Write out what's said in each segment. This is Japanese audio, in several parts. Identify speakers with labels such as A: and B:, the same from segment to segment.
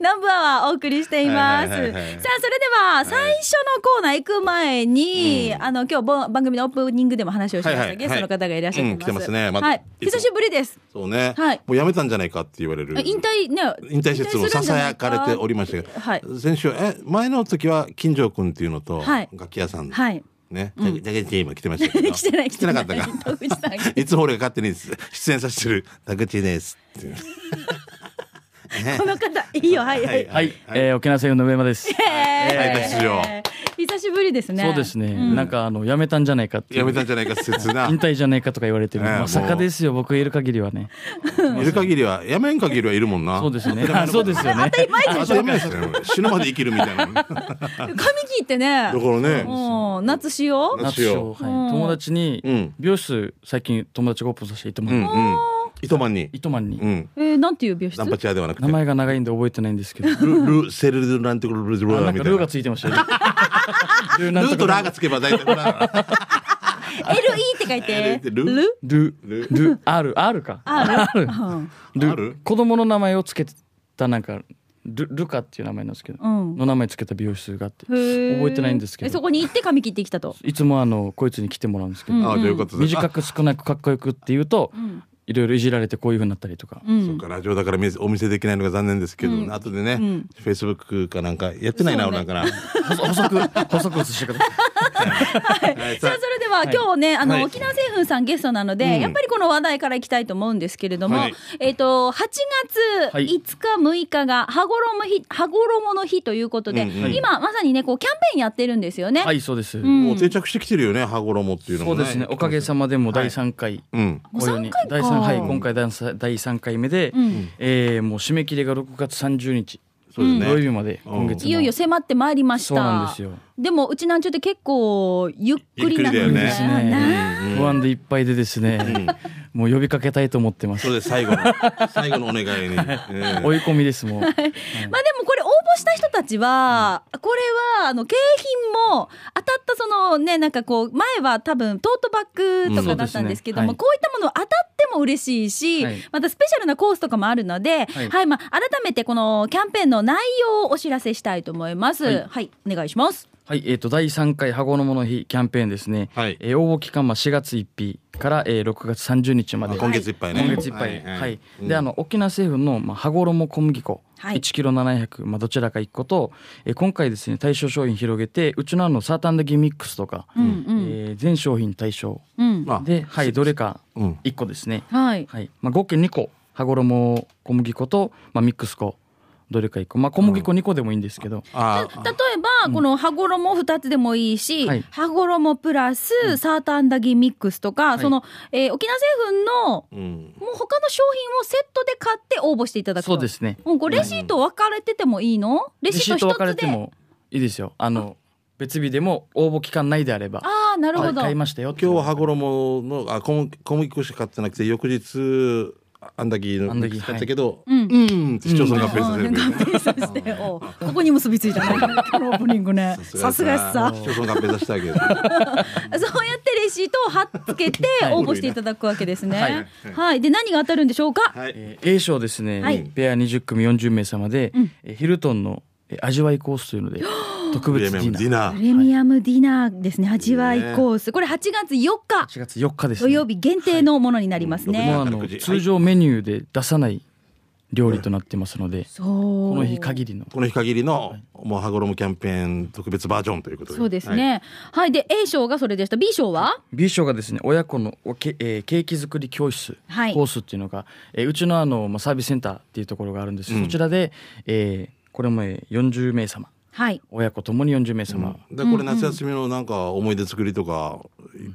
A: ナンバーはお送りしています。
B: はいはいはいはい
A: さあ、それでは最初のコーナー行く前に、あの、今日ぼ番組のオープニングでも話をしました、
B: はいはい
A: ゲストの方がいらっしゃってます。
B: うん来てますねま
A: はい。
B: いつも
A: 久しぶりです。
B: そうね、
A: はい
B: もうやめたんじゃないかって言われる
A: あ引退ね。
B: 引退説も
A: 引退する
B: さ
A: んじゃ
B: さ
A: ない
B: やかれておりましたけど、
A: はい
B: 先週え前の時は金城君っていうのと、
A: はい
B: 楽器屋さん、
A: はい。
B: ねジャケジャケチーム来てましたけど
A: 来てない、
B: 来てなかったか
A: 戸 口さんが
B: いつも俺が勝手に出演させてる田口ですっていう
A: この方、いいよ、はい、はい。
B: は
C: はいい、えー沖縄戦の上間 で
B: は
C: す。
B: い
A: え
B: 大出場
A: ー久しぶりですね。
C: そうですね、なんかあの辞めたんじゃないかっていう
B: やめたんじゃないか説な
C: 引退じゃないかとか言われてる、
B: ねえ
C: まさかですよ僕がいる限りはね
B: いる限りはやめん限りはいるもんな
C: そうですねあ そうですよね
B: 当 たり前ですよね死ぬまで生きるみたいなだか
A: 髪切ってね。
B: らね
A: もう夏しよう。
B: 夏
C: 夏
B: よ
C: よ、はい、友達に
B: ん
C: 美容室最近友達がオープンさせていても
B: う
C: らっ
B: ん
C: て
B: うん糸満に
C: 糸満に、
B: うん
A: えー、なんていう美容室
B: ナンパチャーではなくて
C: 名前が長いんで覚えてないんですけど
B: ルルセルルなんてルルルラ
C: あ
B: ー
C: なん
B: み
C: か
B: たい
C: ルー
B: な
C: がついてま したよねルーな
B: ル
C: ん
B: ー
C: と
B: と
C: か
B: ラーがつけば大体ほら
A: LE って 書いて
B: LE ル
A: ル
C: ル
B: ル
C: ルル R R か R
A: うん
C: ル
B: ある
C: 子供の名前をつけたなんかルルカっていう名前なんですけど、
A: うん
C: の名前つけた美容室があって
A: へー
C: 覚えてないんですけ
A: えそ
C: ど
A: こに行って髪切ってきた と
C: いつもあのこいつに来てもらうんですけど、
B: ああということで
C: 短く少なくかっこよくって言うと、いろいろいじられてこういうふうになったりとか、
B: そっかラジオだから見せお見せできないのが残念ですけど、後でね、フェイスブックかなんかやってないな、
A: そう
B: 俺
A: ね
B: なんかな。
C: 細細く細く写してください
B: はい
A: さあ
B: さ
A: それでは今日ね、あの、
B: はい
A: 沖縄製粉さんゲストなので、やっぱりこの話題からいきたいと思うんですけれども、
B: はい
A: えっ、と8月5
C: はい
A: 日6日が羽衣日羽衣の日ということで、
B: うんうん
A: 今まさにねこうキャンペーンやってるんですよね。
C: はいそうです、
B: もう定着してきてるよね、羽衣っていうの
C: そ
B: も、
C: う
B: ね。
C: ですねおかげさまでもう第3回、
B: うん。
C: このように
A: もう三回
C: 第
A: か
C: 三はい今回第三第3回目で、えーもう締め切りが6月30日
B: そうですね。
C: 土曜日まで
B: うん
C: 今月の
A: いよいよ迫ってまいりました。
C: そうなんですよ
A: でもうちなんちゅうって結構ゆっくりなんですよ
B: ゆっくりだよね
C: ですね
A: ね
C: 不安でいっぱいでですね、もう呼びかけたいと思ってま
B: そ
C: す
B: れで最 後の、最後のお願いに。ええ
C: 追い込みですもう
A: まあでもこれ応募した人たちは、これはあの景品も当たったそのねなんかこう前は多分トートバッグとかだったんですけども、
C: うん
A: こういったもの当たっても嬉しいし、
C: はい
A: またスペシャルなコースとかもあるので、は、
C: はいい
A: まあ改めてこのキャンペーンの内容をお知らせしたいと思います。は、
C: はいい
A: お願いします。
C: はい、えっ、と第三回箱のもの日キャンペーンですね。
B: はい
C: えー応募期間は4月1日から、えー、6月30日ま
B: あ
C: で。
B: 今月いっぱいね。
C: 今月いっぱい。はい。
B: うん
C: で、あの沖縄政府のまあ羽衣小麦粉。
A: はい
C: 1キロ700、まあ、どちらか1個と、えー今回ですね対象商品広げてうちのあのサーターアンダギーミックスとか、
A: うんうん
C: えー全商品対象
A: うん、
B: まあ、
C: で、はい、どれか
B: うん
C: 1個ですね、
A: はい。
C: はいまあ、合計2個羽衣小麦粉と、まあ、ミックス粉どれか1個、まあ、小麦粉2個でもいいんですけど、
B: あ
A: 例えば、この羽衣2つでもいいし、
C: はい
A: 羽衣プラスサーターアンダギーミックスとか、
C: い
A: その、えー沖縄製粉の
B: うん。
A: もう他の商品をセットで買って応募していただくと
C: そうですね
A: もうこれレシート分かれててもいいのレシート
C: 分か
A: 一
C: れ
A: つ
C: て
A: で
C: もいいですよあの別日でも応募期間内であれば
A: ああなるほど
C: 買いましたよって
B: 今日は羽衣の、あ、小麦小麦粉しか買ってなくて、翌日、あんだけの
C: あんだけ
B: 買ったけど、
A: うん
B: うんって市町村がペース
A: うん合併させておうここに結びついたねこのオープニングねさすがっさ
B: 市町村合併させて あげる。
A: そうやってレシートを貼っつけて応募していただくわけですねは、
C: はいい
A: で何が当たるんでしょうか、
B: はい。
C: えー A 賞ですね、
A: はい
C: ペア20組40名様で、えーヒルトンのえー味わいコースというので特
B: プ
C: 別
B: レ
C: デ
B: ミア
C: ィ
B: ムディ
C: ナー
B: ナ
A: プ
B: ー。
A: レミアムディナーですね味わいコースこれ8月4日
C: 4月4日です
A: 土
C: ね
A: 曜日限定のものになりますね、
C: もうあ
B: は
C: の
B: い
C: 通常メニューで出さない料理となってますので、
A: そう
C: この日限りの
B: この日限りの、もう羽衣キャンペーン特別バージョンということで。
A: そうですね。はい、で A 賞がそれでした。B 賞は
C: B 賞がですね親子のおけ、えーケーキ作り教室、
A: はい
C: コースっていうのが、えーうちのあの、まあ、サービスセンターっていうところがあるんです、そちらで、えーこれもえー40名様
A: はい。
C: 親子ともに40名様、
B: でこれ夏休みのなんか思い出作りとか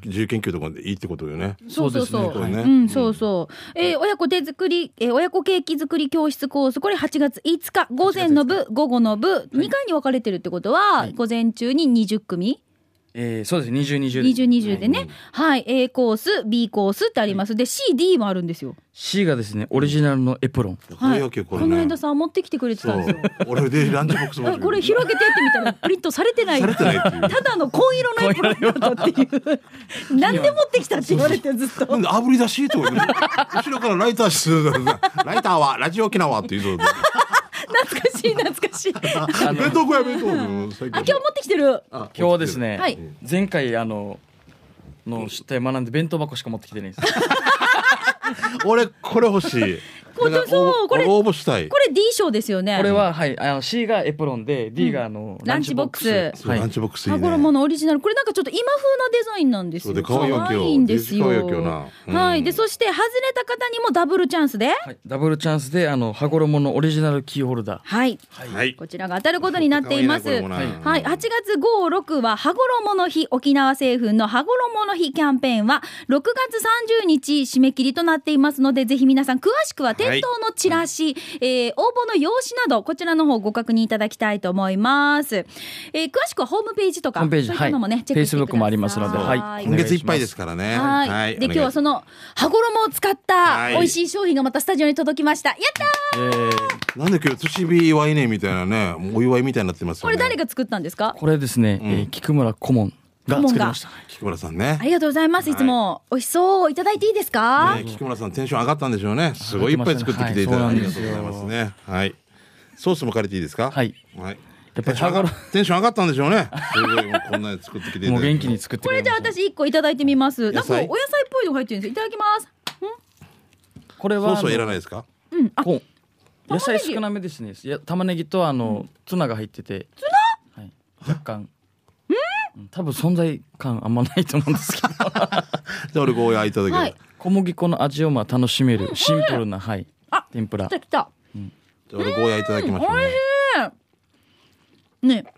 B: 自由研究とかでいいってことよね。
A: そうそうそう。
B: そうですねこれね
A: うん、そうそう。えー親子手作り、えー親子ケーキ作り教室コース、これ8月5日、午前の部、午後の部、2回に分かれてるってことは、午前中に20組
C: えーそうですね2020で
A: ?20、20でね。はい、A コース、B コースってあります。で、C、D もあるんですよ。
C: C がですねオリジナルのエプロン
B: こ
A: は
B: れ
A: い。
B: よ
A: こ
B: けこれ
A: の
B: ね。
A: 間さ、持ってきてくれて
B: そ
A: たんです
B: う
A: よ。。
B: 俺でランチボックス持っ
A: あ
B: てく
A: これ広げてってみたらプリントされてない
B: されてないっていう
A: ただの紺色のエプロンだったって いう何で持ってきたって言われてずっと
B: なんで炙り出しとか言うの後ろからライターしてるライターはラジオ沖縄って言うそうで。
A: 懐かしい懐かしい。あ
C: あの
B: 弁当小屋弁当うん最
A: 今
B: 高
A: 日持ってきてる。
B: あ
C: 今日はですね、
A: はい
C: 前回あのの知った学んで弁当箱しか持ってきてないです。
B: 俺これ欲しい
A: 本当そう
B: だから応募
A: これ
B: 応募したい
A: これ D 賞ですよね。
C: これははいあの C がエプロンで D があの、
A: ランチボックス
B: そう
C: はい
B: ランチボックスいい
A: 羽
B: ね
A: 衣のオリジナルこれなんかちょっと今風なデザインなんです
B: そ
A: よ
B: うで可愛いわけよ
A: 可愛いんですよ
B: デジ可愛いわけよなうん
A: はいでそして外れた方にもダブルチャンスで
C: はいダブルチャンスであの羽衣のオリジナルキーホルダー。
A: はい
B: はい
A: こちらが当たることになっています
B: 可愛なこれもな
C: はい
A: はい、8月5、6は羽衣の日、沖縄製粉の羽衣の日キャンペーンは、6月30日締め切りとなっていますので、ぜひ皆さん詳しくは店頭のチラシ、えー応募の用紙など、こちらの方ご確認いただきたいと思います。えー詳しくはホームページとか、
C: ホームページ
A: そういったのもね、
C: はい
A: チェックしてください。
C: Facebook もありますのではい
A: は
B: 今
A: い。
B: 月いっぱいですからね
A: で、今日はそ
B: の
A: の羽衣を使った
B: はい
A: 美味しい商品がまたスタジオに届きました。やったー
C: えー
B: なんで今日寿司日祝いねみたいなねもうお祝いみたいになってますよ
A: こ
B: ね
A: れ誰が作ったんですか
C: これですね、えー菊村顧問が
A: 顧問が
C: 作りました。
B: 菊村さんね
A: ありがとうございます。いつも美味しそういただいていいですか、
B: ね菊村さんテンション上がったんでしょうねすごいいっぱい作ってきていただいてありが
C: はいそ
B: と
C: う
B: うご
C: なんですよ
B: ざいますねはいソースも借りていいですか
C: はい
B: はい
C: やっ
B: テ
C: ぱ
B: ン
C: り
B: ション上
C: 羽
B: が
C: 衣
B: テンション上がったんでしょうねすごいもうこんなに作ってきていただいて
C: もう 元気に作って
A: こ
C: く
A: れ
C: れ
A: じ
C: ま
A: ゃあ
C: した。
A: 私一個いただいてみます。なんか
B: 野
A: お野菜
B: 菜
A: っぽいのが入ってるんですよ。いただきます。
C: これ
B: ソ
C: は
B: ースはいら
C: い。
B: ないですか
C: こう
A: 玉ねぎ
C: 野菜少なめですね。いや玉ねぎとあの、ツナが入ってて。ツナ？はい。若干。うん。多分存在感あんまないと思うんですけ ど。
B: じゃあ俺ゴーヤーいただける、
A: はい
C: 小麦粉の味をまあ楽しめるシンプルなはい
A: あ
C: 天ぷら
A: 来。た来た。
B: じゃあ俺ゴーヤーいただきましょう、ね、
A: ねえ。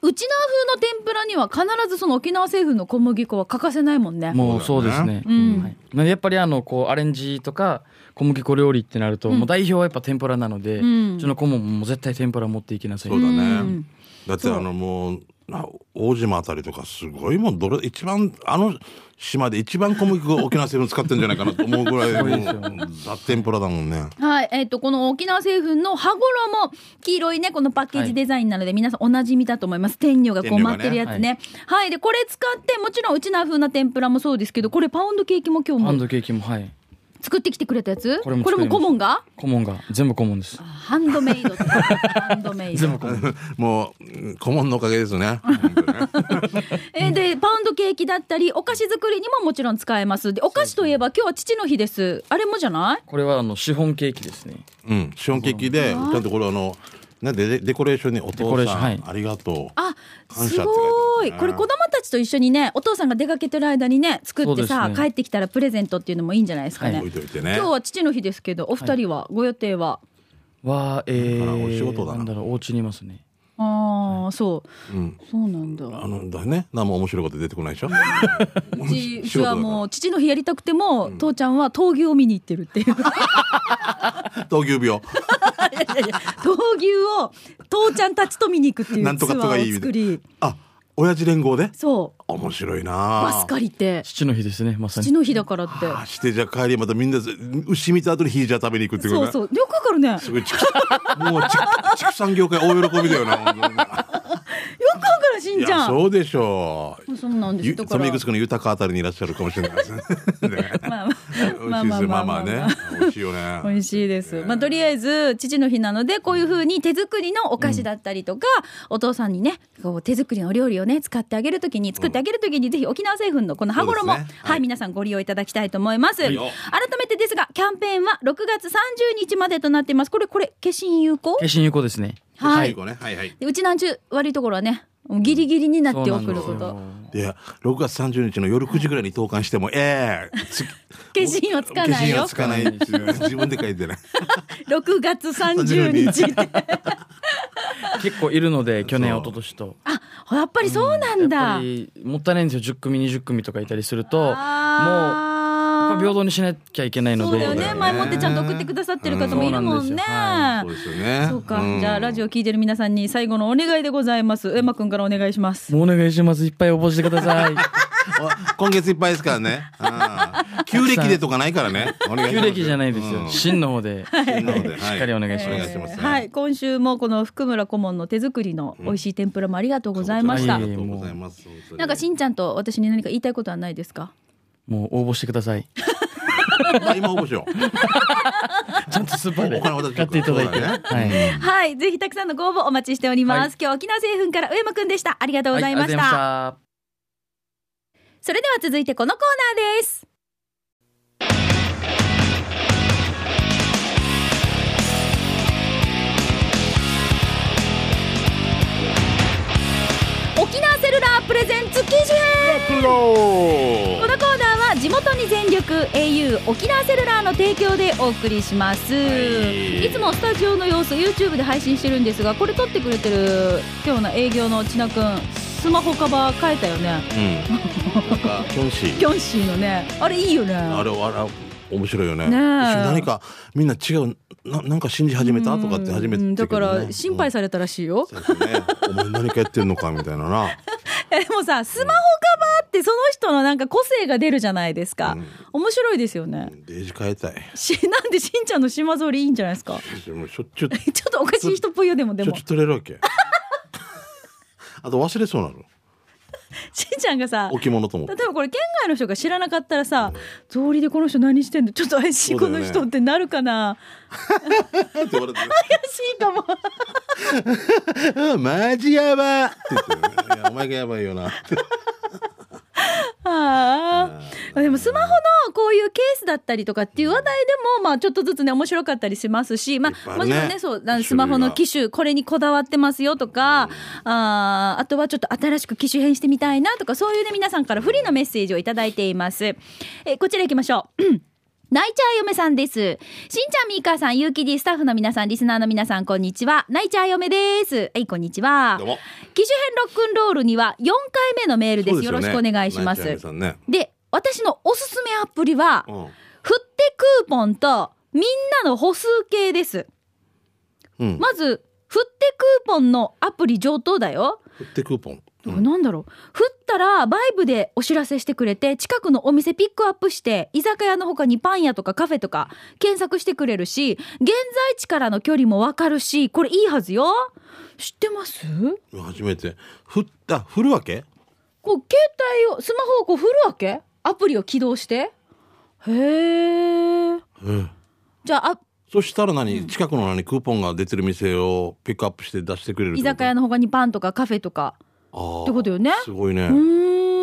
A: 沖縄風の天ぷらには必ずその沖縄製粉の小麦粉は欠かせないもんね。
C: もうそうですね。
A: うん
C: はいなのでやっぱりあのこうアレンジとか小麦粉料理ってなると、もう代表はやっぱ天ぷらなので、
A: ん
C: うちの顧問ももう絶対天ぷら持っていきなさい。
B: そうだね、
A: うん
B: だってあのもうな大島あたりとかすごいもんどれ一番あの島で一番小麦粉を沖縄製粉使ってんじゃないかなと思うぐらいもうザ天ぷらだもんね
A: はい、えっ、と、この沖縄製粉の羽衣、黄色いね、このパッケージデザインなので、皆さんお馴染みだと思います。天女がこう
B: 天女がね
A: 待ってるやつね。はい、で、これ使って、もちろん沖縄風な天ぷらもそうですけど、これパウンドケーキも今
C: ハ
A: 日
C: ン
A: も
C: ドケーキもはい。
A: 作ってきてくれたやつ
C: これも
A: こ
C: 作
A: れ
C: りま
A: も
C: した
A: 顧問が
C: 顧問が全部顧問です。
A: ハンドメイドとか。ハンドメイド。
B: もううん顧問のおかげですね
A: えーでパウンドケーキだったりお菓子作りにももちろん使えますでお菓子といえば今日は父の日ですあれもじゃない
C: これはあのシフォンケーキですね。
B: うんシフォンケーキでちゃんとこれあのねデデデコレーションにお
C: デコレ
B: 父
C: ー
B: さ
C: ション
B: ん、
C: はい
B: ありがとう
A: あ
B: 感謝って
A: す
B: 書いてある
A: ごい
B: ね
A: これ子供たちと一緒にねお父さんが出かけてる間にね作ってさ、
C: そうですね
A: 帰ってきたらプレゼントっていうのもいいんじゃないですかね、
C: は
B: 置いといてね
A: 今日は父の日ですけどお二人はご予定は、
C: はえ
B: あ
C: ー、
B: お仕事だな
C: なんだろうお家にいますね。
A: ああそう、そうなんだ
B: あのだね何も面白いこと出てこないでしょ
A: うちうち
B: 仕事だ
A: は
B: から
A: もう父の日やりたくても、父ちゃんは闘牛を見に行ってる っていうい
B: 闘牛病
A: やいやいや闘牛を父ちゃんたちと見に行くっていう
B: なん
A: ツ
B: と
A: ア
B: かとかい
A: ー
B: い
A: を
B: みた
A: 作
B: いな
A: り
B: あ親父連合で
A: そう
B: 面白いな
A: バス借りて
C: 父の日ですねまさ
A: 父
C: に。
A: の日だからって
B: あしてじゃあ帰りまたみんなで牛見た後にヒージャー食べに行くってこと
A: そ
B: ね
A: うそうよくわかるねよ
B: すごい畜 もう畜畜産業界大喜び だよな本当にね。
A: くわかるし
B: い
A: んち
B: や
A: ゃん
B: そうでしょう。
A: そうなんです
B: ゆ
A: だか
B: そ
A: ら
B: のいくつかの豊かあたりにいらっしゃるかもしれないですね。 ね
A: まあま
B: 美味しいですよまあまあね。美味しいよね。
A: 美味しいです。まあ、とりあえず、父の日なので、こういうふうに手作りのお菓子だったりとか、お父さんにね、こう手作りのお料理をね、使ってあげるときに、作ってあげるときに、ぜひ沖縄製粉のこの羽衣も、
B: そうですね
A: は、
B: はいい
A: 皆さんご利用いただきたいと思います。
B: は
A: 改
B: いよ
A: めてですが、キャンペーンは6月30日までとなっています。これ、これ、化身有効
C: 化身有効ですね。
A: は
B: 最
A: い。
B: 後ねはいはい。
A: でうちなんちゅう、悪いところはね、ギリギリになって送る
C: そ
A: こ
C: うな
A: と
C: ん。ですよ
B: で6月30日の夜9時ぐらいに投函しても ええつ
A: 化身はつかない
B: 消印
A: よ
B: は。つかないっていう自分で書いて ない。
A: 6月30日って。
C: 結構いる ので去年一昨年と。
A: あ、 やっぱりそうなん
C: やっ
A: だ。
C: ぱりもったいないんですよ10組20組とかいたりするともうやっ
A: あー
C: ぱ平等にしなきゃいけないの
A: そうだ
C: で
A: よ
B: そうだ
A: ね
B: よね
A: 前もってちゃんと送ってくださってる方もいるもんね。
B: そうですよね。
A: そうか、
B: ん
A: じゃあラジオ聞いてる皆さんに最後のお願いでございます。エマくんからお願いします。
C: もうお願いしますいっぱい応募してく ださい
B: お今月いっぱいですからね。うん旧暦でとかないからね。お願いし
C: 旧
B: ます
C: 暦じゃないです
B: う
C: よ
B: ん
C: 真の方で
B: 真の方ではい
C: しっかりお願いし
B: お
C: ま
B: 願い
C: す
B: しますね
A: はい、今週もこの福村顧問の手作りの美味しい天ぷらもありがとうございまし
C: あ
A: た
B: あ
C: り。
B: りがとうございます。
A: なんかしんちゃんと私に何か言いたいことはないですか。
C: もう応募してください
B: 大魔応募しよう。
C: ちゃんとスーパー
B: お金渡し
C: で
B: て
C: 買っていただいて。
B: そうだね
C: は
A: は
C: い。
A: い、ぜひたくさんのご応募お待ちしております。
C: はい
A: 今日は沖縄製粉から上間くんでした。ありがとうございました。
C: はありがとうございました。
A: それでは続いてこのコーナーです。沖縄セルラープレゼンツ記事編このコーナーは地元に全力 au 沖縄セルラーの提供でお送りします、
B: い
A: い、つもスタジオの様子 YouTube で配信してるんですがこれ撮ってくれてる今日の営業の千奈くんスマホカバー変えたよね
B: うん。なんか、キョンシ
A: キ
B: ー。
A: ョンシーのねあれいいよね
B: あれ、わら、面白いよね。
A: ねえ
B: 一瞬何か、みんな違う、な、なんか信じ始めたとかって初めて、
A: うんだから心配
B: さ。
A: されたらしいよ、
B: そうですねお前何かやってんのかみたいなな。
A: え でもさスマホカバーってその人のなんか個性が出るじゃないですか、
B: うん
A: 面白いですよね
B: デージ変えたい。
A: しなんでしんちゃんの島ぞりいいんじゃないですか
B: もうしょっちゅう、し
A: ちょっとおかしい人っぽいよでもで
B: ょっ
A: も
B: ちゅう取れるわけ。 あと忘れそうなの。
A: しんちゃんがさ
B: 置物と思 っ
A: 例え
B: て。
A: ばこれ県外の人が知らなかったらさ草履でこの人何してんのちょっと怪しい
B: そ
A: こ
B: うだ
A: の
B: よね
A: 人ってなるかな、
B: って言われて。
A: 怪しいかも
B: うんマジやばって言ってるね、いやお前がやばいよなって
A: ああでもスマホのこういうケースだったりとかっていう話題でもまあちょっとずつね面白かったりしますし、ま
B: いっぱい
A: あ、も
B: あるね
A: ちろんねそうあの
B: 種類が
A: スマホの機種これにこだわってますよとか、あーあとはちょっと新しく機種変してみたいなとかそういうね皆さんからフリーのメッセージをいただいています。えーこちら行きましょう。 泣いちゃう嫁さんです。しんちゃん、みーかーさん、ゆうきりスタッフの皆さん、リスナーの皆さん、こんにちは。泣いちゃう嫁です。はい、こんにちは
B: どう。も
A: 機種編ロックンロールには4回目のメールです。よろしくお願いしま
B: ナイ
A: す
B: チ。ャンネルさんね
A: で、私のおすすめアプリは、
B: う
A: 振
B: ん
A: ってクーポンとみんなの歩数計です。
B: うん、
A: まず、振ってクーポンのアプリ上等だよ。
B: 振ってクーポン、うん
A: なんだろう振ったらバイブでお知らせしてくれて近くのお店ピックアップして居酒屋のほかにパン屋とかカフェとか検索してくれるし現在地からの距離もわかるしこれいいはずよ知ってます
B: 初めて振った振るわけ
A: こう携帯をスマホをこう振るわけアプリを起動してへえ
B: うん
A: じゃああ
B: そしたら何、近くの何クーポンが出てる店をピックアップして出してくれる
A: 居酒屋の
B: の
A: ほかにパンとかカフェとかってことよね
B: すごいね、
A: うーん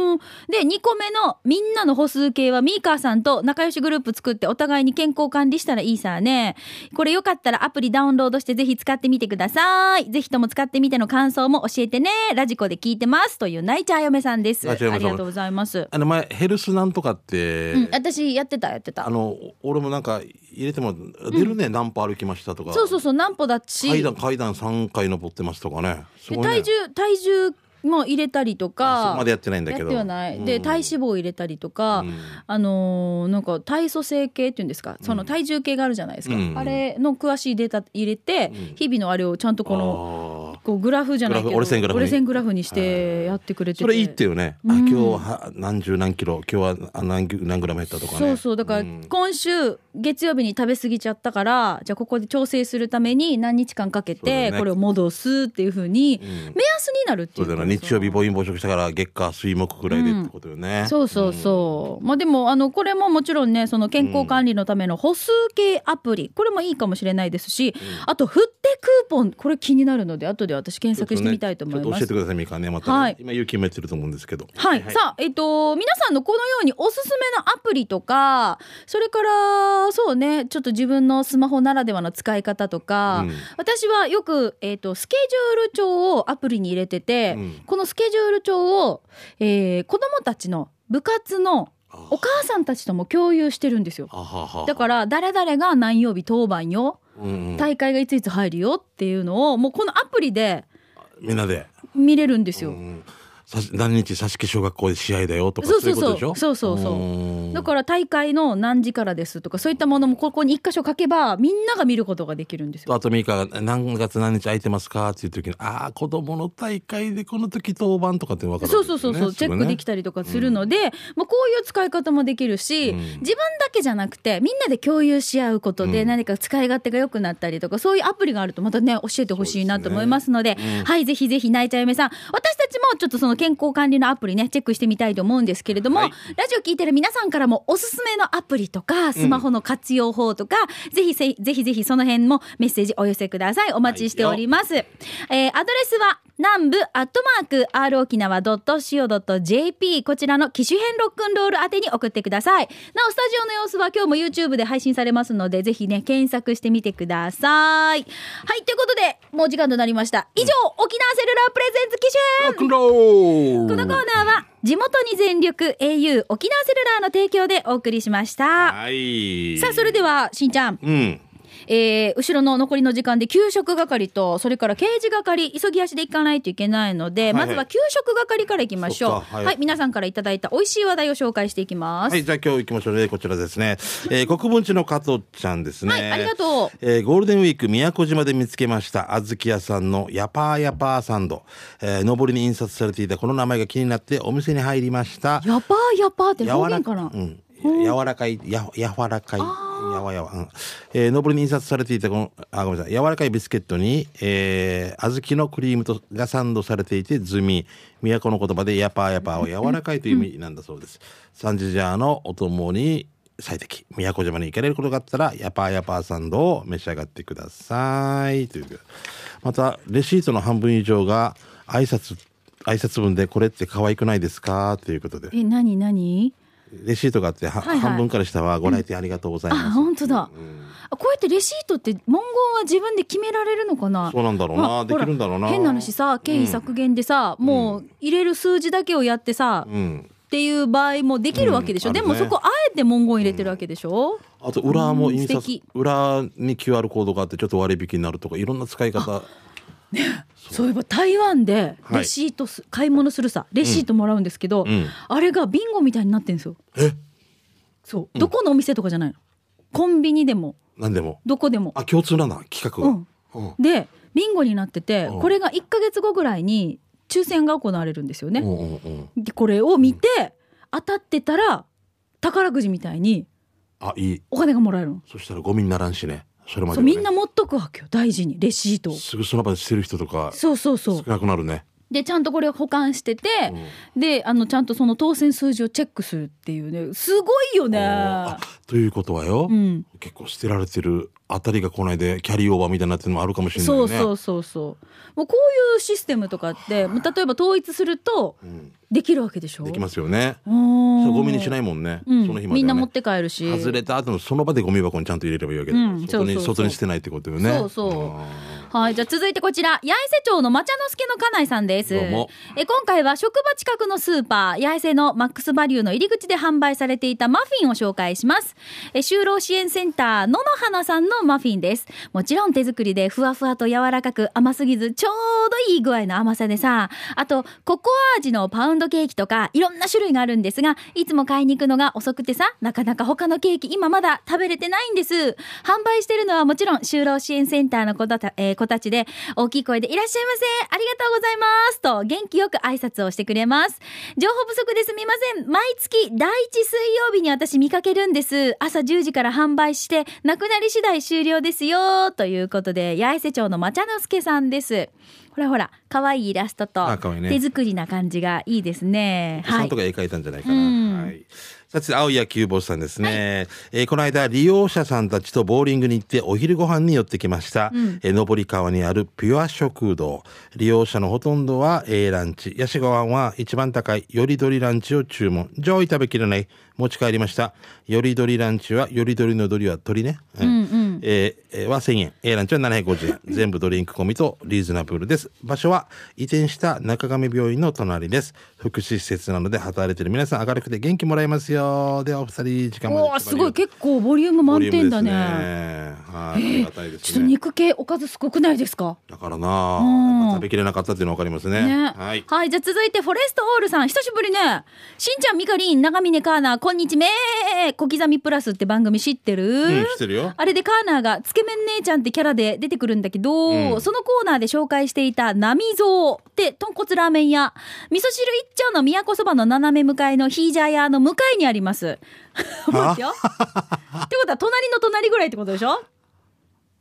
A: で2個目のみんなの歩数計はミーカーさんと仲良しグループ作ってお互いに健康管理したらいいさねこれよかったらアプリダウンロードしてぜひ使ってみてくださいぜひとも使ってみての感想も教えてねラジコで聞いてますというナイチャー嫁さんですあ
B: ナイチャー嫁
A: り
B: さん
A: がとうございます、
B: あの前ヘルスなんとかって、
A: うん、私やってたやってた
B: あの俺もなんか入れても出るね、何歩歩きましたとか
A: そうそうそう何歩だし
B: 階段階段3回登ってますとかねす
A: で
B: ごいね
A: 体重体重も入れたりと
B: あそ
A: か
B: こまでやってないんだけ
A: やっ
B: ど
A: てはない、で
B: うん
A: 体脂肪を入れたりとか、
B: うん
A: あのーなんか体組成計っていうんですかその体重計があるじゃないですか、
B: うん
A: あれの詳しいデータ入れて、日々のあれをちゃんとこの
B: の
A: こうグラフじゃないけど
B: グラフ折れ線グラフに
A: 折れ線グラフにしてやってくれてて
B: それいいってよね、あ今日は何十何キロ今日はあ何キ何グラム減ったとかね
A: そうそうだから
B: ん
A: 今週月曜日に食べ過ぎちゃったからじゃあここで調整するために何日間かけ
B: そうだ
A: て
B: よね
A: これを戻すっていうふうに目安になるって
B: そ
A: いうう
B: だ
A: か
B: よな日曜日暴飲暴食したから月火水木ぐらいでってことよね、
A: そうそうそう、まあでもあのこれももちろんねその健康管理のための歩数計アプリ、これもいいかもしれないですし、あと振ってクーポンこれ気になるので後で私検
B: ちょっ
A: 索
B: とね
A: してみたいと思い
B: ちょっ
A: ます。
B: と教えてくださいみかんねまたね、
A: はい
B: 今勇気もやってると思うんですけど
A: はい、さあ、えっと、皆さんのこのようにおすすめのアプリとか、それから、そうね、ちょっと自分のスマホならではの使い方とか、
B: うん
A: 私はよく、えっと、スケジュール帳をアプリに入れてて、
B: うん
A: このスケジュール帳を、えー子供たちの部活のお母さんたちとも共有してるんですよ。
B: あはは
A: だから、誰々が何曜日当番よ、
B: うんうん
A: 大会がいついつ入るよっていうのを、もうこのアプリで
B: みんなで、
A: 見れるんですよ。
B: うん、さし何日挿木小学校で試合だよとか
A: そ
B: そ
A: そ
B: うういううこと
A: そ
B: でしょ
A: うそうそうそう
B: うん
A: だから大会の何時からですとかそういったものもここに一箇所書けばみんなが見ることができるんですよ。
B: あとミカが何月何日空いてますかっていう時にああ子供の大会でこの時当番とかって分かる
A: そ
B: わ
A: う
B: けです
A: そう
B: よね、
A: そうそう、チェックでき
B: た
A: たりとかするので、まあ、こういう使い方もできるし、
B: うん
A: 自分だけじゃなくてみんなで共有し合うことで何か使い勝手が良くなったりとか、そういうアプリがあるとまたね教えてほしいなと思いますので
B: そうですねうん
A: はいぜひぜひ泣いちゃう嫁さん私たちもちょっとそのの健康管理のアプリねチェックしてみたいと思うんですけれども、
B: はい
A: ラジオ聞いてる皆さんからもおすすめのアプリとかスマホの活用法とか、ぜひぜひぜひぜひその辺もメッセージお寄せくださいお待ちしております、えーアドレスは南部アットマーク r 沖縄 .co.jp こちらの機種編ロックンロール宛てに送ってくださいなおスタジオの様子は今日も YouTube で配信されますのでぜひね検索してみてくださいはいということでもう時間となりました以上、沖縄セルラープレゼンツ機種編
B: ロックンロ
A: こ
B: ー
A: のコーナーは地元に全力 au 沖縄セルラーの提供でお送りしました。
B: はい。
A: さあそれではしんちゃん、
B: うん。
A: えー後ろの残りの時間で給食係とそれから刑事係急ぎ足で行かないといけないので、
B: いはい
A: まずは給食係から行きましょ
B: そうっか
A: は、
B: はいい
A: 皆さんからいただいた美味しい話題を紹介していきます、
B: はい、じゃあ今日行きましょうね。こちらですね。えー、国分寺の加藤ちゃんですね。
A: はいありがとう
B: えーゴールデンウィーク宮古島で見つけました小豆屋さんのヤパーヤパーサンド。えー、上りに印刷されていたこの名前が気になってお店に入りました。
A: やばーやばーって
B: 柔
A: 表
B: ら
A: 現
B: か
A: かな、
B: うん、柔らかいや柔らかいやわやわ、うんえー、上りに印刷されていたこのあごめんなさい柔らかいビスケットに、えー、小豆のクリームとがサンドされていて済み都の言葉でヤパーヤパーは柔らかいという意味なんだそうです、サンジジャーのお供に最適宮古島に行かれることがあったらヤパーヤパーサンドを召し上がってくださいということでまたレシートの半分以上が挨拶挨拶文でこれって可愛くないですかということで
A: えなになに
B: レシートがあっては、
A: はいはい
B: 半分から下はご来店ありがとうございます。
A: あ本当だ、あこうやってレシートって文言は自分で決められるのかな
B: そうなんだろう
A: まあ
B: な、で
A: ほ
B: き
A: ら
B: るんだろうな。
A: 変な話さ経費削減でさ、もう入れる数字だけをやってさ、
B: う
A: っ
B: ん。
A: ていう場合もできるわけでしょ、
B: うん
A: で
B: あるね
A: もそこあえて文言入れてるわけでしょ、
B: あと裏も印
A: うん素
B: 刷
A: 敵、
B: 裏に QR コードがあってちょっと割引になるとかいろんな使い方。
A: そういえば台湾で
B: はい
A: レシートす、買い物するさレシートもらうんですけど、
B: ん
A: あれがビンゴみたいになってんですよそうどこのお店とかじゃないのコンビニでも
B: なんでも。
A: どこでも
B: あ、共通なんだ企画が。うん
A: でビンゴになってて
B: うん
A: これが1ヶ月後ぐらいに抽選が行われるんですよね、
B: うんうんうん。
A: でこれを見て当たってたら宝くじみたいに
B: あ、いい。
A: お金がもらえるの、
B: そしたらゴミにならんしね。それ
A: そ
B: まで
A: う
B: ね、
A: みんな持っとくわけよ大事にレシートを
B: すぐその場で捨てる人とか
A: そうそうそ
B: 少
A: う
B: なくなるね。
A: でちゃんとこれを保管してて、であのちゃんとその当選数字をチェックするっていうねすごいよね
B: あということはよ、
A: うん
B: 結構捨てられてるあたりがこないでキャリーオーバーみたいになってるのもあるかもしれないね。
A: そうそうそうそうもうこういうシステムとかってもう例えば統一すると
B: ん
A: できるわけでしょ、
B: できますよね。そ
A: そう
B: ゴミにしないもんね。
A: うん
B: その日まで、ね、
A: みんな持って帰るし
B: 外れた後もその場でゴミ箱にちゃんと入れればいいわけだ、
A: うん
B: 外に
A: そうそうそう
B: 外に捨てないってことよね
A: そうそうんはい、じゃあ続いてこちら、八重瀬町の抹茶之助の家内さんです。
B: どうも
A: え今回は職場近くのスーパー、八重瀬のマックスバリューの入り口で販売されていたマフィンを紹介します。え就労支援センター、野の花さんのマフィンです。もちろん手作りでふわふわと柔らかく甘すぎず、ちょうどいい具合の甘さでさ、あと、ココア味のパウンドケーキとか、いろんな種類があるんですが、いつも買いに行くのが遅くてさ、なかなか他のケーキ今まだ食べれてないんです。販売してるのはもちろん就労支援センターの子た,、えー子たちで、大きい声でいらっしゃいませありがとうございますと元気よく挨拶をしてくれます。情報不足ですみません。毎月第一水曜日に私見かけるんです。朝10時から販売して、なくなり次第終了ですよということで、八重瀬町のまちゃのすけさんです。ほらほら、可愛いイラストと
B: あ可愛い、ね
A: 手作りな感じがいいですね。
B: お子さ
A: は
B: ん
A: い
B: と。か絵描いたんじゃないかな。
A: うん
B: はい。さて、青谷久保さんですね。えーこの間、利用者さんたちとボーリングに行ってお昼ご飯に寄ってきました。えー上り川にあるピュア食堂。利用者のほとんどは A ランチ。ヤシゴワンは一番高いよりどりランチを注文。上位食べきれない。持ち帰りました。よりどりランチは、よりどりのどりは鳥ね。うんえーえーは1000円。A ランチは750円。 全部ドリンク込みとリーズナブルです。場所は移転した中上病院の隣です。福祉施設なので働いてる皆さん明るくて元気もらえますよ。ではお二人時間まで
A: おーすごい結構ボリューム
B: 構
A: 満点だね。
B: はい、ありがたいです
A: ちょっと
B: ね。
A: 肉系おかずすごくないですか
B: だからな、
A: うん
B: 食べきれなかったっていうのわかりますね。
A: ね、
B: はい。
A: じゃあ続いてフォレストオールさん久しぶりねしんちゃんみかりん長峰カーナーこんにちめ小刻みプラスって番組知ってる、
B: うん、してるよ。
A: あれでカーナーがつけ麺姉ちゃんってキャラで出てくるんだけど、
B: うん
A: そのコーナーで紹介していた波蔵って豚骨ラーメン屋味噌汁一丁の都そばの斜め向かいのヒージャー屋の向かいにあります思うですよってことは隣の隣ぐらいってことでしょ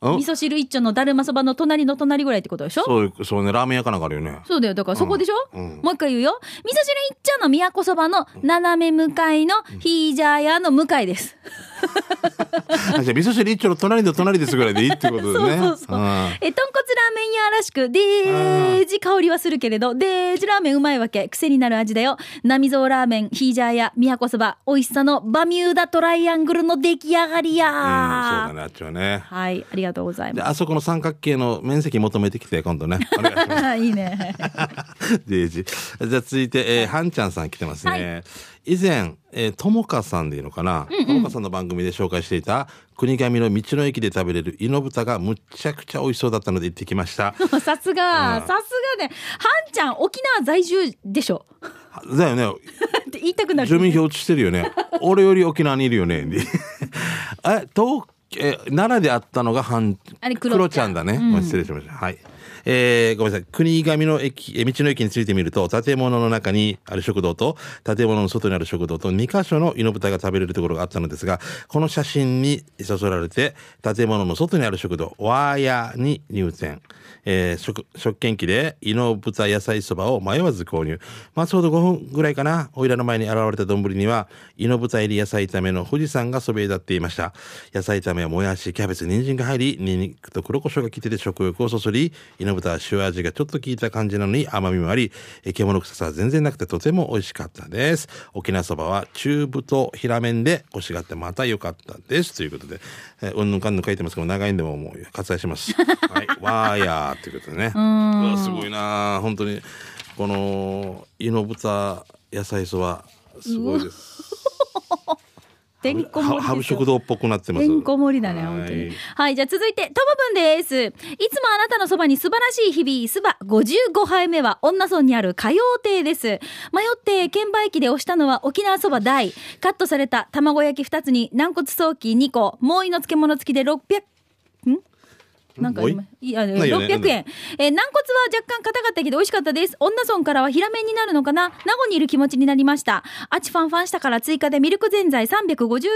B: うん
A: 味噌汁一丁のだるまそばの隣の隣ぐらいってことでしょ
B: そういうそうねラーメン屋かなんかあるよね
A: そうだよだからそこでしょ、
B: うん
A: もう一回言うよ味噌汁一丁の宮古そばの斜め向かいのヒージャー屋の向かいです、
B: あじゃあ味噌汁一丁の隣の隣ですぐらいでいいってことで ね
A: そうそうそうえ豚骨
B: うん
A: ラーメン屋らしくデージ香りはするけれどデージラーメンうまいわけ癖になる味だよ並蔵ラーメンヒージャー屋宮古そば美味しさのバミューダトライアングルの出来上がりや、
B: うん、そうだね、あっちはね。
A: はいありがとうござい
B: で、
A: ま
B: あそこの三角形の面積求めてきて、今度 ね。お願いします
A: いい ね
B: す。デイジーじゃあ続いて、えー、はんちゃんさん来てますね。以前、えー、ともかさんでいいのかな、ともかさんの番組で紹介していた、国神の道の駅で食べれる猪豚がむちゃくちゃ美味しそうだったので行ってきま した。
A: さすがさすがねはんちゃん沖縄在住でしょ
B: だよね、
A: って言いたくなる
B: 住民票落ちてるよね。俺より沖縄にいるよ ね。え、東、えー、奈良であったのが半、
A: あれ
B: ク
A: 黒
B: ロちゃんだね。もう失礼しました。はい。えーごめんなさい。国神の駅、えー道の駅についてみると、建物の中にある食堂と、建物の外にある食堂と、2カ所の猪豚が食べれるところがあったのですが、この写真にそそられて、建物の外にある食堂、ワーヤに入店。えー食、食券機で、猪豚野菜そばを迷わず購入。まあ、ちょうど5分ぐらいかな。おいらの前に現れた丼には、猪豚入り野菜炒めの富士山がそびえ立っていました。野菜炒めはもやし、キャベツ、人参が入り、ニンニクと黒胡椒が効いてて食欲をそそり、猪豚は塩味がちょっと効いた感じなのに甘みもあり、え獣臭さは全然なくてとても美味しかったです。沖縄そばは中太平麺で欲しがってまた良かったです。ということで、えーうんぬんかんぬん書いてますけど、長いんでももう割愛します。はい。わーやーということでね。うわすごいなー本当に、この、猪豚野菜そば、すごいです。
A: てんこ盛りですよ
B: はハブ食堂っぽくなってます。
A: てんこ盛りだね、
B: はい
A: 本当に。はい、じゃあ続いて、ともぶんです。いつもあなたのそばに素晴らしい日々、すば55杯目は、女村にある歌謡亭です。迷って、券売機で押したのは沖縄そば大。カットされた卵焼き2つに、軟骨ソーキ2個、もういの漬物付きで600、なんか
B: もうい
A: 今いや、
B: ないよね
A: 600円。えー軟骨は若干硬かったけど美味しかったです。女村からは平麺になるのかな名護にいる気持ちになりました。あちファンファンしたから追加でミルクぜんざい350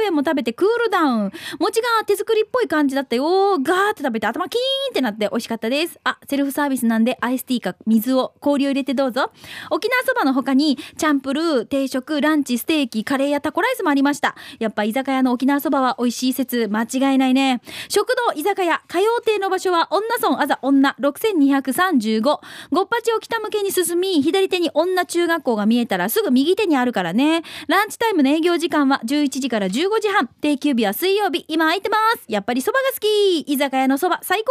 A: 円も食べてクールダウン。餅が手作りっぽい感じだったよ。ガーって食べて頭キーンってなって美味しかったです。あ、セルフサービスなんでアイスティーか水を氷を入れてどうぞ。沖縄そばの他にチャンプルー、定食、ランチ、ステーキ、カレーやタコライスもありました。やっぱ居酒屋の沖縄そばは美味しい説間違いないね。食堂、居酒屋、火曜亭の場所は女村あざ女6235。ごっぱちを北向けに進み、左手に女中学校が見えたらすぐ右手にあるからね。ランチタイムの営業時間は11時から15時半。定休日は水曜日。今空いてます。やっぱりそばが好き。居酒屋のそば最高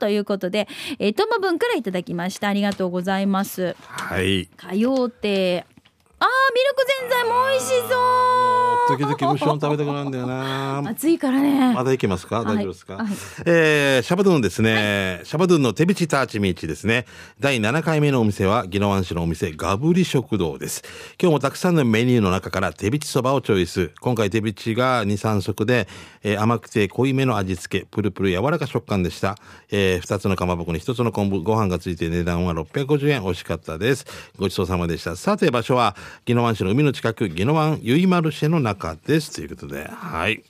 A: ということで、えー、ともぶんからいただきました。ありがとうございます。
B: はい。
A: 火曜亭。あー、ミルクぜんざいも美味しそう。
B: 時々無償食べたくなるんだよな。
A: 暑いからね。
B: まだいけます
A: は
B: か
A: い
B: 大丈夫ですか、
A: はい
B: えーシャバドゥンですね、シャバドゥンの手びちターチミーチですね。第7回目のお店は、宜野湾市のお店、ガブリ食堂です。今日もたくさんのメニューの中から手びちそばをチョイス。今回手びちが2、3色で、えー甘くて濃いめの味付け、プルプル柔らか食感でした。え2つのかまぼこに1つの昆布、ご飯がついて値段は650円。美味しかったです。ごちそうさまでした。さて、場所は、宜野湾市の海の近く、宜野湾ゆいマルシェの中です。ということで、はい。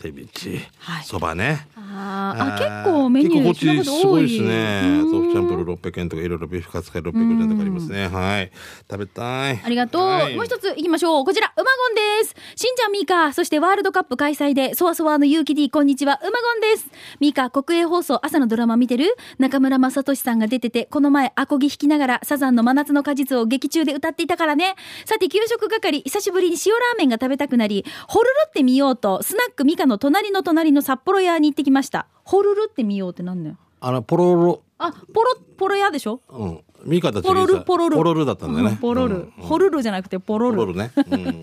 B: 手びち、
A: はい
B: そばね。
A: あーあ、結構メニュー
B: 結構こっち
A: 品
B: す
A: 数多
B: ご
A: い
B: いですね。豆腐チャンプルー600円とかいろいろビーフカツカレー650円とかありますね。はい。食べたい。
A: ありがとう。
B: はい
A: もう一つ行きましょう。こちら、うまゴンです。しんちゃんみーか、そしてワールドカップ開催で、そわそわの勇気 D、こんにちは、うまゴンです。みーか、国営放送朝のドラマ見てる中村雅俊さんが出てて、この前、アコギ弾きながら、サザンの真夏の果実を劇中で歌っていたからね。さて、給食係、久しぶりに塩ラーメンが食べたくなり、ホルルってみようと、スナックみかの隣の隣の札幌屋に行ってきました。ホルルってみようってなんだよ。
B: あの、ポロロ、
A: あ、ポロ、ポロ屋でしょ
B: うん。ミカたち
A: ポロル、ポロル。
B: ポロルだったんだよ
A: う
B: ね。
A: ポロル。
B: うん
A: ホルルじゃなくて、ポロ
B: ポ
A: ル。
B: ロルね。うん。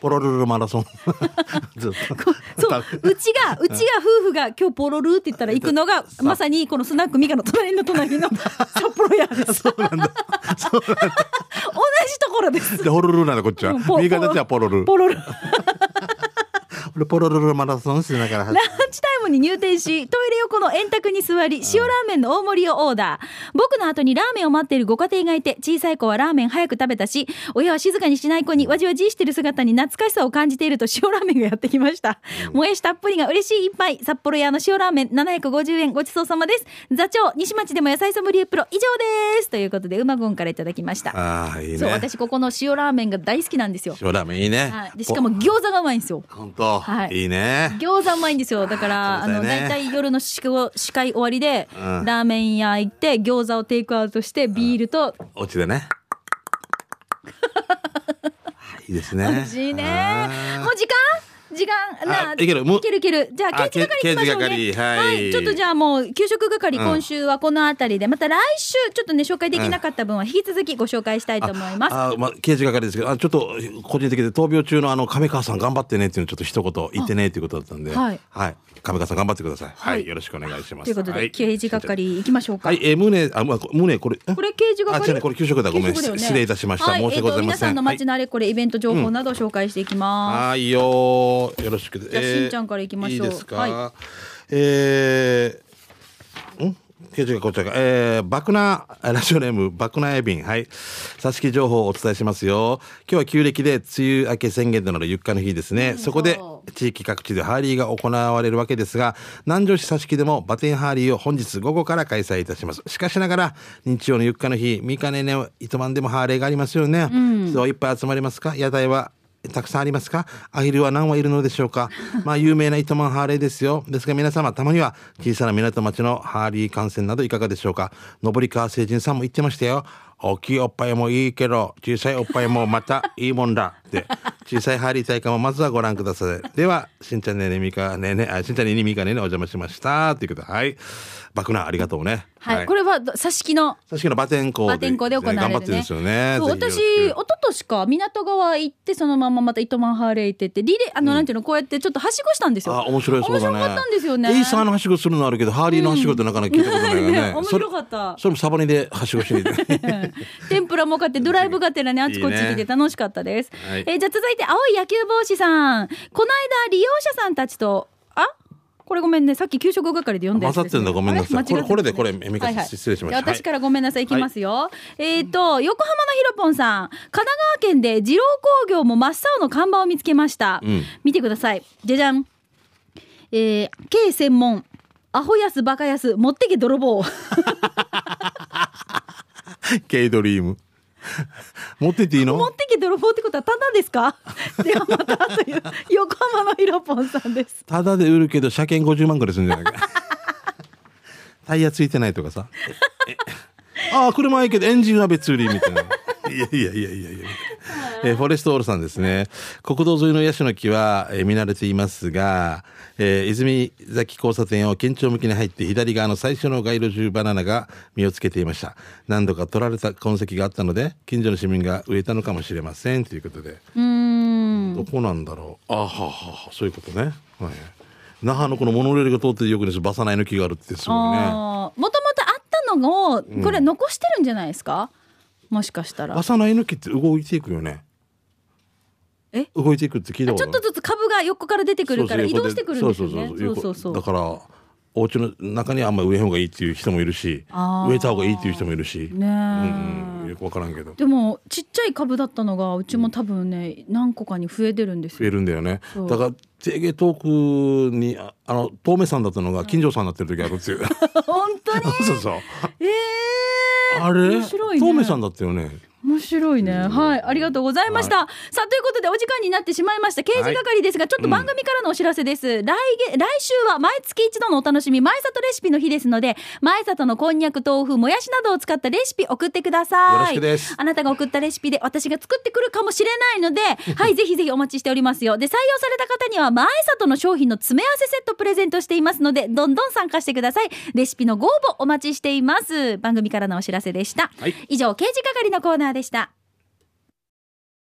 B: ポロルルマ ラソン。ずっと。
A: そう、うちが、うちが夫婦が今日ポロルって言ったら行くのが、まさにこのスナックミカの隣の隣 の札幌屋です。そうなんだ。同じところです。
B: で、ホロルルなんだ、こっちは。
A: うんポ
B: ミカたちはポロル。
A: ポロル。
B: ルポロロロマラソンしながら
A: ランチタイムに入店し、トイレ横の円卓に座り、塩ラーメンの大盛りをオーダー。僕の後にラーメンを待っているご家庭がいて、小さい子はラーメン早く食べたし、親は静かにしない子にわじわじしてる姿に懐かしさを感じていると塩ラーメンがやってきました。もやしたっぷりが嬉しい一杯、札幌屋の塩ラーメン750円ごちそうさまです。座長、西町でも野菜ソムリエプロ以上です。ということで、うまごんからいただきました。
B: ああ、いいね。
A: そう、私ここの塩ラーメンが大好きなんですよ。
B: 塩ラーメンいいね。
A: はい、でしかも餃子がうまいんですよ。
B: お、本当、
A: はい
B: い、いね。
A: 餃子うまいんですよだから
B: あ
A: あ
B: ーそう
A: の
B: だよ
A: 大
B: ね
A: 体夜の司会司会終わりで、
B: うん
A: ラーメン屋行って餃子をテイクアウトしてビール と、
B: お家でね。はいいいですね。
A: 美味しいね
B: あー
A: もう時間時間
B: あいけるもう
A: いけるいけるじゃ
B: あ
A: あ刑事係行きましょう
B: け刑
A: ね
B: 事係はい
A: ちょっとじゃあもう給食係
B: うん
A: 今週はこの辺りで、また来週ちょっとね紹介できなかった分は引き続きご紹介したいと思います
B: あ、まあ、刑事係ですけど、あちょっと個人的で闘病中のあの亀川さん頑張ってねっていうのちょっと一言言ってねっていうことだったんで、
A: あはい
B: 亀川さん頑張ってください。はい、
A: はい
B: よろしくお願いします。
A: ということで、
B: はい
A: 刑事係行きましょうか、
B: はい、えー、胸、あ、まあ、胸、これ、ん
A: これ刑事
B: あ、
A: 係
B: 違うね、これ給食だ、ごめん、
A: 給食だよね
B: 失礼いたしました。
A: はい
B: 申し訳ご
A: えーと
B: ざいませ
A: 皆さん
B: ん。
A: の
B: はい
A: 街のあれこれイベント情報などを紹介していきます、
B: はいよーよろしくで
A: じゃあしんちゃんから行きましょう
B: いいですか、
A: は
B: えーん刑事がこちらが、えー、バクナー、 ラジオネーム、バクナーエビン。はい。さしき情報をお伝えしますよ。今日は旧暦で梅雨明け宣言となる床の日ですね。そこで、地域各地でハーリーが行われるわけですが、南城市佐敷でもバテンハーリーを本日午後から開催いたします。しかしながら、日曜の床の日、三金ね、糸満でもハーレーがありますよね。そういっぱい集まりますか屋台はたくさんありますかアヒルは何羽いるのでしょうか まあ有名な糸満ハーレーですよですが皆様たまには小さな港町のハーリー観戦などいかがでしょうか上川成人さんも言ってましたよ大きいおっぱいもいいけど小さいおっぱいもまたいいもんだって 小さいハーリー大会もまずはご覧くださいではしんちゃんねねみかねねあしんちゃんねねみかねねお邪魔しましたということではいバクナーありがとうね
A: はい、これは挿し木の
B: 確かにバテン校
A: バテン校で行われるね
B: 頑張ってるんですよね
A: そう
B: ぜ
A: 私
B: ひよろしく
A: 一昨年か港川行ってそのまままた糸満ハーレー行ってってリレーあの、なんていうのこうやってちょっとはしごしたんですよ
B: あ、面白いそうだね。
A: 面白かったんですよね
B: エイサーのはしごするのあるけど、ハーリーのはしごってなかなか聞いたことないからね。
A: ね面白かった
B: それそれもサバニではしごしてみて。
A: 天ぷらも買ってドライブがてらねあちこち行って楽しかったです
B: はい
A: えーじゃあ続いて青い野球帽子さんこの間利用者さんたちとあこれごめんねさっき給食係で読んだやつですね
B: 混ざってんだごめんなさい
A: あれ間違って
B: これこれで
A: た
B: これえみかさん失礼しました
A: じゃあ私からごめんなさいいきますよ、えっ、と横浜のひろぽんさん神奈川県で二郎工業も真っ青の看板を見つけました、
B: うん
A: 見てくださいじゃじゃんえー、K 専門アホやすバカやす持ってけ泥棒
B: ケイドリーム。持ってっていい
A: 持
B: の
A: ってけ泥棒ってことはただです かではまたという横浜のひろぽんさんです
B: ただで売るけど、車検50万くらいするんじゃない か。タイヤついてないとかさ。ええああ、車はいいけど、エンジンは別売りみたいな。 いやいやいやいやいや。えーフォレストオールさんですね。国道沿いのヤシの木は、えー見慣れていますが、えー泉崎交差点を県庁向きに入って左側の最初の街路樹バナナが実をつけていました。何度か取られた痕跡があったので、近所の市民が植えたのかもしれませんということで。どこなんだろう。あはははそういうことね。はい。那覇のこのモノレールが通ってよくです。バサナイの木があるってすごいね。
A: あーもともとあったのをこれ残してるんじゃないですか、もしかしたら
B: バサナイの木って動いていくよね。
A: え
B: 動いていくって聞いたこと
A: ち
B: あ
A: ょっ
B: る
A: とずつ株が横から出てくるから移動してくるんですよね。
B: そ
A: そうう
B: そ
A: そうう
B: そ
A: そうう。
B: だからお家の中にあんまり植えん方がいいっていう人もいるし
A: あー
B: 植えた方がいいっていう人もいるし、
A: ねえ
B: うんうん、よく分からんけど
A: でもちっちゃい株だったのがうちも多分ね何個かに増えてるんです
B: 増え
A: よ。
B: るんだよね
A: そう
B: だから定芸遠くにああの遠目さんだったのが金城さんになってる時あるんですよ
A: 本当に。
B: そうそう
A: ええ
B: あれ
A: 面白いね
B: 遠目さんだったよね
A: 面白いね。はい、ありがとうございました。さあ、ということでお時間になってしまいました。刑事係ですが、ちょっと番組からのお知らせです。来月、来週は毎月一度のお楽しみ、前里レシピの日ですので、前里のこんにゃく、豆腐、もやしなどを使ったレシピ送ってください。
B: よろしくです
A: あなたが送ったレシピで私が作ってくるかもしれない ので、はい、ぜひぜひお待ちしておりますよ。で、採用された方には、前里の商品の詰め合わせセットプレゼントしていますので、どんどん参加してください。レシピのご応募お待ちしています。番組からのお知らせでした。
B: はい
A: 以上、刑事係のコーナーでした。